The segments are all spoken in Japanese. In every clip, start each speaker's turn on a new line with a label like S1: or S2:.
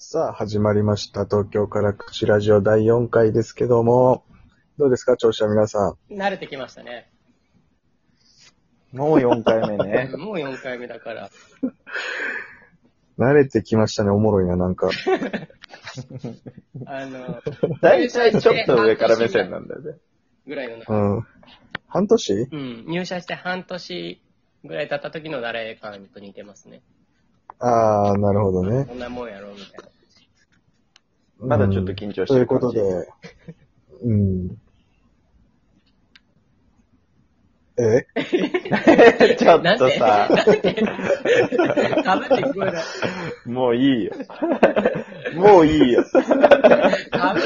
S1: さあ、始まりました。東京から口ラジオ第4回ですけども、どうですか、調子は皆さ
S2: 慣れてきましたね。
S3: もう4回目ね。
S2: もう4回目だから。
S1: ん。慣れてきましたね、おもろいな、なんか。
S2: あ の、
S3: 大体ちょっと上から目線なんだよね。
S2: ぐらいの
S1: う
S2: な。
S1: ん。半年
S2: うん。入社して半年ぐらい経った時の慣れ感と似てますね。
S1: あー、なるほどね。
S2: こんなもんやろ、みたいな。
S3: まだちょっと緊張してる感
S1: うん
S3: じ
S1: ということで、うん。え
S3: ちょっとさ、
S2: かぶって聞こえない。
S3: もういいよ。もういいよ。
S2: かぶって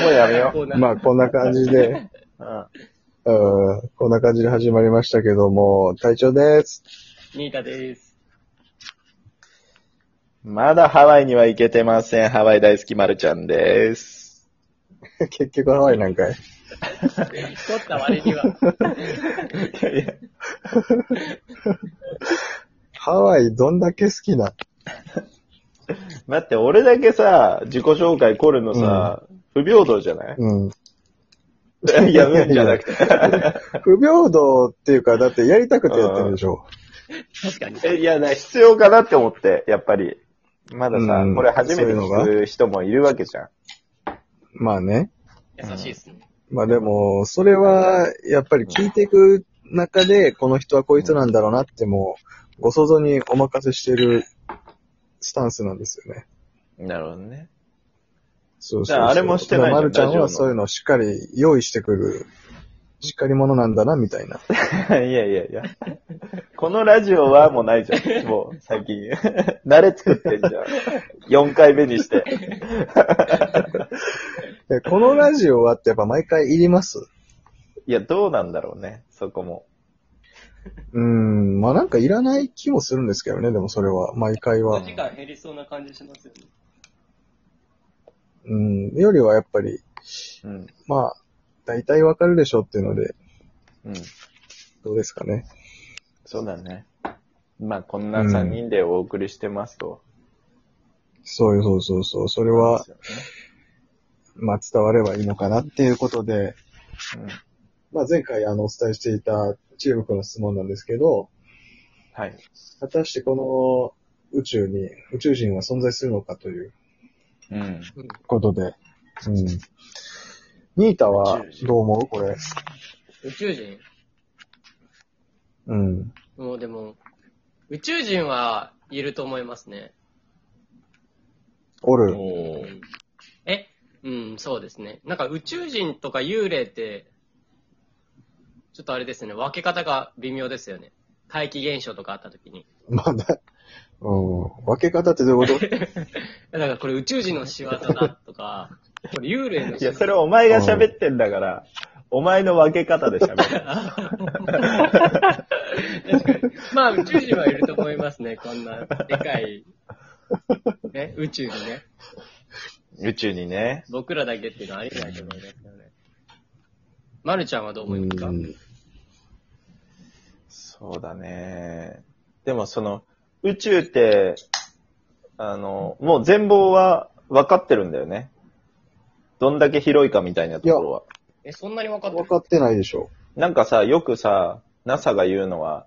S3: もうやめよう
S2: こな
S1: まあ、こんな感じ で、
S3: うん
S1: うん、こんな感じで始まりましたけども、隊長です。
S2: ニータです。
S3: まだハワイには行けてません。ハワイ大好きまるちゃんです。
S1: 結局ハワイなんかい。
S2: 太った割に は。
S3: いやいや
S1: ハワイどんだけ好きな
S3: 待って、俺だけさ、自己紹介来るのさ、不平等じゃない
S1: うん。
S3: いや、うんじゃなくて。
S1: 不平等っていうか、だってやりたくてやってるでしょ。
S2: 確かに。
S3: えいや、な必要かなって思って、やっぱり。まださ、
S1: うん
S3: これ初めて聞く人もいるわけじゃん。
S1: まあね。
S2: 優しいっすね。
S1: まあでも、それは、やっぱり聞いていく中で、この人はこいつなんだろうなってもう、ご想像にお任せしてるスタンスなんですよね。
S3: なるほどね。
S1: そうそう
S3: じゃああれもしてないじゃん
S1: まるちゃん
S3: ラジオの
S1: はそういうのをしっかり用意してくる、しっかり者なんだな、みたいな。
S3: いやいやいや。このラジオはもうないじゃん。もう、最近。 慣れ作ってんじゃん。4回目にして。
S1: でこのラジオはってやっぱ毎回いります。
S3: いや、どうなんだろうね。そこも。
S1: うん、まあなんかいらない気もするんですけどね、でもそれは、毎回
S2: お
S1: は。
S2: 時間減りそうな感じしますよね。
S1: うん、よりはやっぱり、
S3: うん。
S1: まあ、大体わかるでしょうっていうので、
S3: うん。
S1: どうですかね。
S3: そうだね。まあ、こんな3人でお送りしてますと。
S1: そういう、そうそうそう。それは、まあ、伝わればいいのかなっていうことで、
S3: うん。
S1: まあ、前回あの、お伝えしていたチーム君の質問なんですけど、
S3: はい。
S1: 果たしてこの宇宙に、宇宙人は存在するのかという
S3: うん。
S1: ことで、うん。ニータは
S3: 宇宙人
S1: どう思うこれ。
S2: 宇宙人
S1: うん。
S2: もうでも、宇宙人はいると思いますね。
S1: おる。
S3: おー
S2: え、うん、そうですね。なんか宇宙人とか幽霊って、ちょっとあれですよね、分け方が微妙ですよね。怪奇現象とかあった時に。
S1: まあだ、うん。分け方ってどういうこと
S2: だからこれ宇宙人の仕業だとか、これ幽霊の
S3: い
S2: 仕業
S3: や、それお前が喋ってんだから、お前の分け方で喋る。
S2: まあ宇宙人はいると思いますね、こんなでかい、ね、宇宙にね。
S3: 宇宙にね。
S2: 僕らだけっていうのはありえないと思いますよね。まるちゃんはどう思いますか
S1: うん
S3: そうだね。でもその、宇宙って、あの、もう全貌は分かってるんだよね。どんだけ広いかみたいなところは。
S2: え、そんなに分かって
S1: 分
S2: る
S1: かってないでしょ。
S3: なんかさ、よくさ、NASA が言うのは、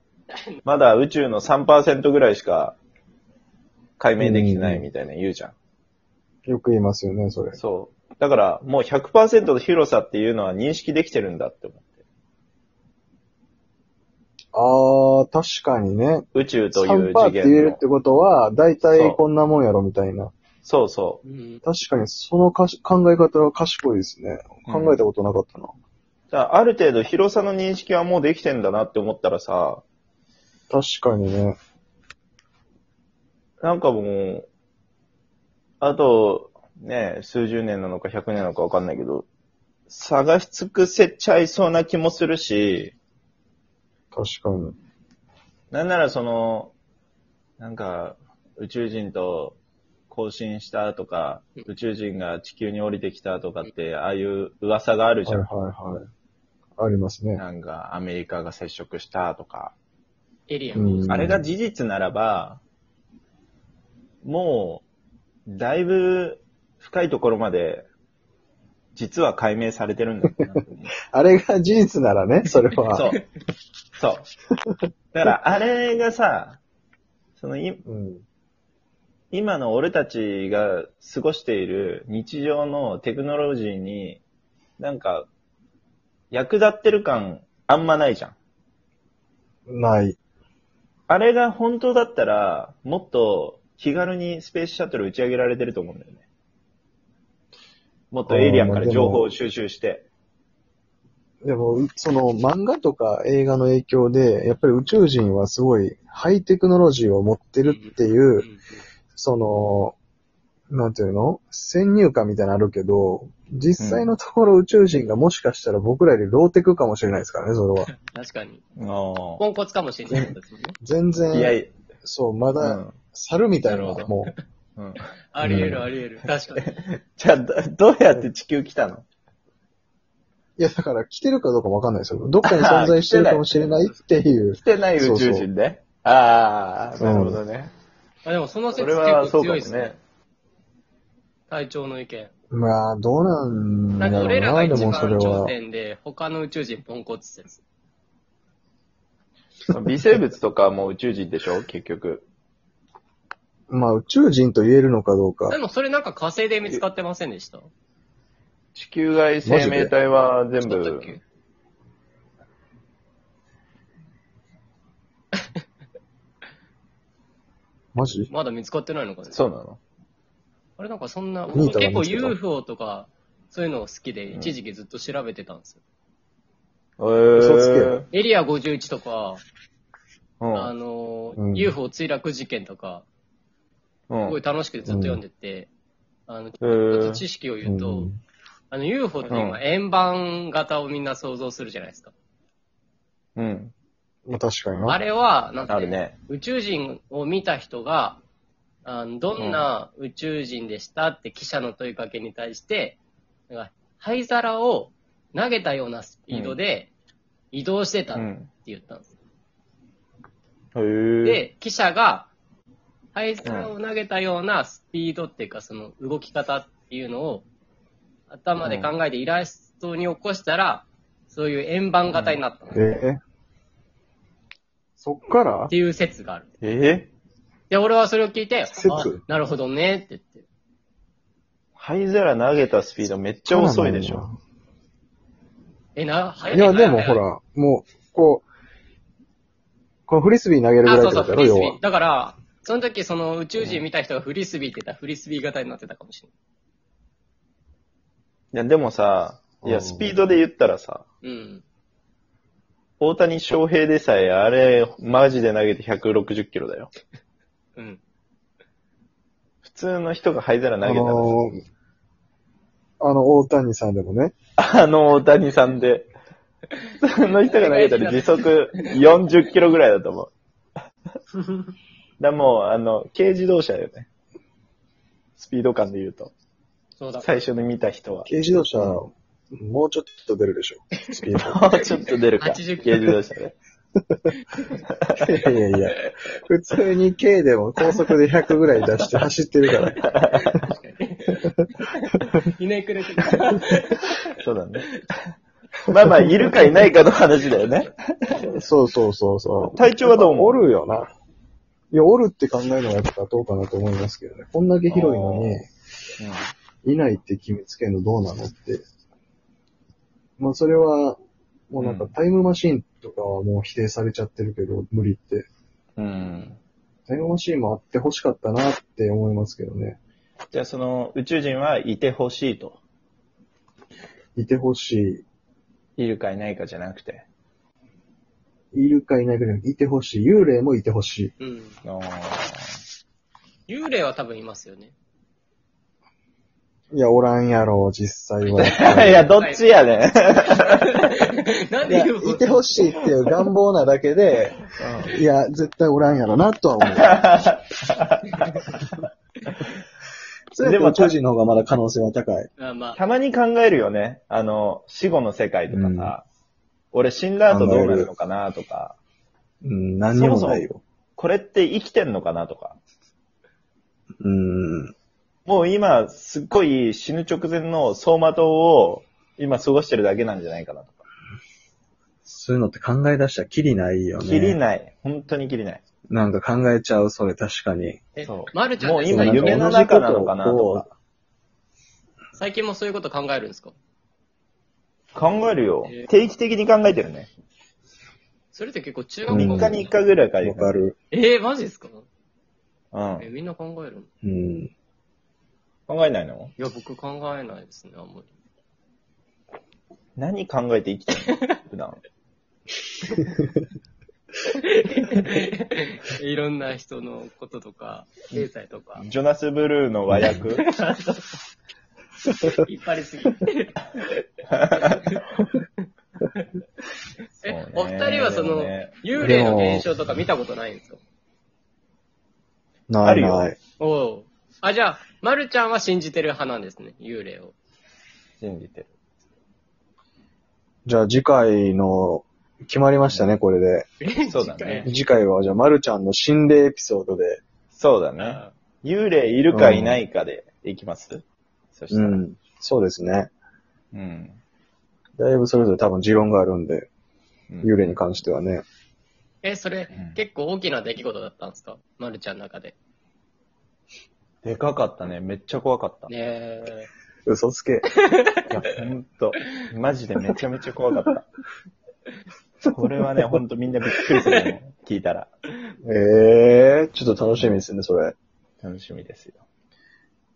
S3: まだ宇宙の3%ぐらいしか解明できてないみたいな言うじゃん。
S1: よく言いますよね、それ。
S3: そう。だから、もう100%の広さっていうのは認識できてるんだって思う。
S1: ああ、確かにね。
S3: 宇宙という
S1: 3%パー
S3: 次
S1: って言え
S3: 元
S1: る
S3: の
S1: っ。てことは、大
S3: そう
S1: 体こんなもんやろみたいな。
S3: そうそ
S2: うん。
S1: 確かにそのかし考え方は賢いですね。
S3: うん
S1: 考えたことなかったな。
S3: う。だからある程度広さの認識はもうできてんだなって思ったらさ、
S1: 確かにね。
S3: なんかもう、あと、ね、数十年なのか100年なのかわかんないけど、探し尽くせちゃいそうな気もするし、
S1: 確かに。
S3: なんならその、なんか、宇宙人と交信したとか
S2: うん、
S3: 宇宙人が地球に降りてきたとかって、ああいう噂があるじ
S1: はい
S3: ゃ
S1: は
S3: ん。
S1: いはい。ありますね。
S3: なんか、アメリカが接触したとか。
S2: エリア
S1: うん
S3: あれが事実ならば、もう、だいぶ深いところまで、実は解明されてるんだろうなっ てね
S1: あれが事実な らね、それは。
S3: そう。そう。だから、あれがさ、その、い
S1: うん。
S3: 今の俺たちが過ごしている日常のテクノロジーに、なんか、役立ってる感あんまないじゃん。
S1: ない。
S3: あれが本当だったら、もっと気軽にスペースシャトル打ち上げられてると思うんだよね。もっとエイリアンから情報を収集して。
S1: でも、うその漫画とか映画の影響で、やっぱり宇宙人はすごいハイテクノロジーを持ってるっていう、その、なんていうの先入観みたいなのあるけど、実際のところ宇宙人がもしかしたら僕らよりローテクかもしれないですからね、それは。
S2: 確かに。
S3: あ
S2: ポンコツかもしれないですもんね。
S1: 全
S3: あ
S1: 然、
S3: いやい
S1: そう、ま
S3: や、
S1: だ、猿みたいな、
S3: なるほど
S1: もう、
S3: うん。うん
S2: あり得る、あり得る。確かに。
S3: じゃあ、どどうやって地球来たの
S1: いや、だから来てるかどうかわかんないですよ。どっかに存在してるかもしれないっていう
S3: 来。てない宇宙人でああ、なるほどね。
S2: あでもその
S3: そ
S2: 説
S3: れ
S2: 結
S3: は
S2: 構
S3: そうか
S2: 強
S3: も
S2: いですね。
S3: ね。
S2: 隊長の意見。
S1: まあ、どうなんだ
S2: なんか
S1: ろう
S2: 俺らが
S1: な、で
S2: 一
S1: も
S2: 番
S1: それ
S2: 頂
S1: は。
S2: 点で、他の宇宙人ポンコツ説。
S3: 微生物とかも宇宙人でしょ結局。
S1: まあ、宇宙人と言えるのかどうか
S2: で。もそれなんか火星で見つかってませんでした
S3: 地球外生命体は全
S2: だったっ
S3: 部、
S2: け
S1: マジ
S2: まだ見つかってないのかね
S3: そうなの
S2: あれなんかそんな、
S1: ニー
S2: 僕
S1: トが
S2: 結
S1: 見
S2: 構
S1: つけた
S2: UFO とか、そういうの好きで、
S3: うん
S2: 一時期ずっと調べてたんですよ。
S3: えー
S1: 嘘つけよ
S2: エリア51とか、
S3: うん
S2: あのー、
S1: うん
S2: UFO 墜落事件とか、
S3: う
S2: す
S3: ん
S2: ごい楽しくてずっと読んでて、あの、ち
S3: え
S2: ょっと
S3: ー
S2: 知識を言うと、
S1: ん
S2: あの UFO って
S3: う
S2: 今
S3: ん
S2: 円盤型をみんな想像するじゃないですか。
S3: うん。
S1: まあ、確かに
S2: あ
S1: な。
S2: れは、なん
S3: あ
S2: かね、
S3: るね。
S2: 宇宙人を見た人が、あのどんな宇宙人でしたって記者の問いかけに対して、なんか灰皿を投げたようなスピードで移動してた
S3: う
S2: って
S3: ん。
S2: 言ったんです。
S3: へー、
S2: で、記者が灰皿を投げたようなスピードっていうか、その動き方っていうのを頭で考えてイラストに起こしたら、そういう円盤型になったのっ
S1: えそっから
S2: ていう説がある。
S3: えー、
S2: で、俺はそれを聞いて、
S1: 説
S2: あなるほどねって言って。
S3: 灰皿投げたスピードめっちゃ遅いでしょ。。
S2: え、な、早
S1: いや、でも
S2: 早
S1: ほ
S2: い
S1: ら、もう、こう、このフリスビー投げるぐらい
S2: あ、
S1: って
S2: そう
S1: こ
S2: そ
S1: とだ
S2: う、フ
S1: ろ、
S2: リス
S1: 要
S2: ビ
S1: は
S2: ー。。だから、その時、その宇宙人見た人がフリスビーって言ったら、フリスビー型になってたかもしれ
S3: いや、でもさ、いうや、
S1: ん
S3: スピードで言ったらさ、
S2: ない。うん。
S3: 大谷翔平でさえ、あれ、マジで投げて160キロだよ。
S2: うん。
S3: 普通の人が灰皿投
S1: あ
S3: げたらさ、
S1: のー、あの、大谷さんでもね。
S3: あの大谷さんで、普通の人が投げたら時速40キロぐらいだと思う。だからもう、あの、軽自動車よね。スピード感で言うと。
S2: そうだ。
S3: 最初に見た人は。
S1: 軽自動車、もうちょっと出るでしょ。スピード。
S3: あちょっと出るか。
S2: 80
S3: 軽自動車で。
S1: い やいやいや。普通に軽でも高速で100ぐらい出して走ってるから。
S2: ひねくれ てた。
S3: そうだね。まあまあ、いるかいないかの話だよね。
S1: そうそうそうそう。
S3: 体調はどう思
S1: お
S3: う
S1: るよな。いや、おるって考えるのがやっぱどうかなと思いますけどね。こんだけ広いのに、いないって決めつけるのどうなのって。まあそれは、もうなんか
S3: うん
S1: タイムマシンとかはもう否定されちゃってるけど、無理って。
S3: うん。
S1: タイムマシンもあって欲しかったなって思いますけどね。
S3: じゃあ、その、宇宙人はいてほしいと。
S1: いてほし
S3: いるかいないかじゃなくて。
S1: い。いるかいないかでもいてほしい。幽霊もいてほしい。
S2: うん。
S3: あ ー
S2: 幽霊は多分いま すよね。
S1: いや、おらんやろ、実際は。
S3: いや、どっちやねん。
S2: なん
S1: い
S2: で
S1: や、
S2: UFO?
S1: いてほしいっていう願望なだけで、いや、絶対おらんやろなとは 思う。それでも宇宙人の方がまだ可能性は高い。
S2: あまあ、
S3: たまに考えるよね。あの、死後の世界とかさ、俺死んだ後どうなるのかなとか、
S1: うん、何にもないよ。
S3: これって生きてんのかなとか。
S1: うん。
S3: もう今、すっごい死ぬ直前の走馬灯を今過ごしてるだけなんじゃないかなとか。
S1: そういうのって考え出したらキリないよね。
S3: 切りない。本当に切りない。
S1: なんか考えちゃう、それ確かに。
S2: え
S3: そう、
S2: まるちゃん
S3: もう今
S2: 最近
S3: 夢の中なのかなとか
S2: 最近もそういうこと考えるんですか
S3: 考えるよ
S2: えー。
S3: 定期的に考えてるね。
S2: それって結構中学校
S1: うん
S3: 3日に1回ぐらいか
S1: 同じことをわかる。
S2: えー、マジですか
S3: うん
S2: え、。みんな考えるのい
S1: うん。
S3: 考えないの
S2: や、僕考えないですね、あんまり。
S3: 何考えて生きてるの普段。
S2: いろんな人のこととか、経済とか、
S3: ジョナス・ブルーの和訳
S2: 引っ張りすぎ て。え
S3: そうね
S2: お二人はその
S3: でもね
S2: 幽霊の現象とか見たことないんですか
S1: な
S3: あ
S1: い
S3: るよ
S1: ない。
S2: おおう。あ、じゃあ、まるちゃんは信じてる派なんですね、幽霊を。
S3: 信じてる。
S1: じゃあ次回の、決まりましたね、これで。
S3: そうだね
S1: 次回は、じゃあ、まるちゃんの心霊エピソードで。
S3: そうだね。幽霊いるかいないかでいきます、そした
S1: う
S3: ら。
S1: ん。そうですね。
S3: うん。
S1: だいぶそれぞれ多分持論があるんで、
S3: うん
S1: 幽霊に関してはね。
S2: え、それ、
S3: うん
S2: 結構大きな出来事だったんですかまるちゃんの中で。
S3: でかかったね。めっちゃ怖かった。
S2: ねえ。
S1: 嘘つ け。
S3: いや、ほんと。マジでめちゃめちゃ怖かった。これはね、ほんとみんなびっくりするね。聞いたら。
S1: ええー、ちょっと楽しみですね、それ。
S3: 楽しみですよ。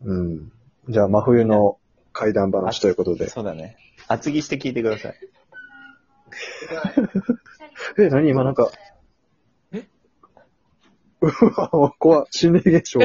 S1: うん。じゃあ、真冬の怪談話ということで。
S3: そうだね。厚着して聞いてください。
S1: え、何今なんか。えうわ、もう怖い。心霊現象。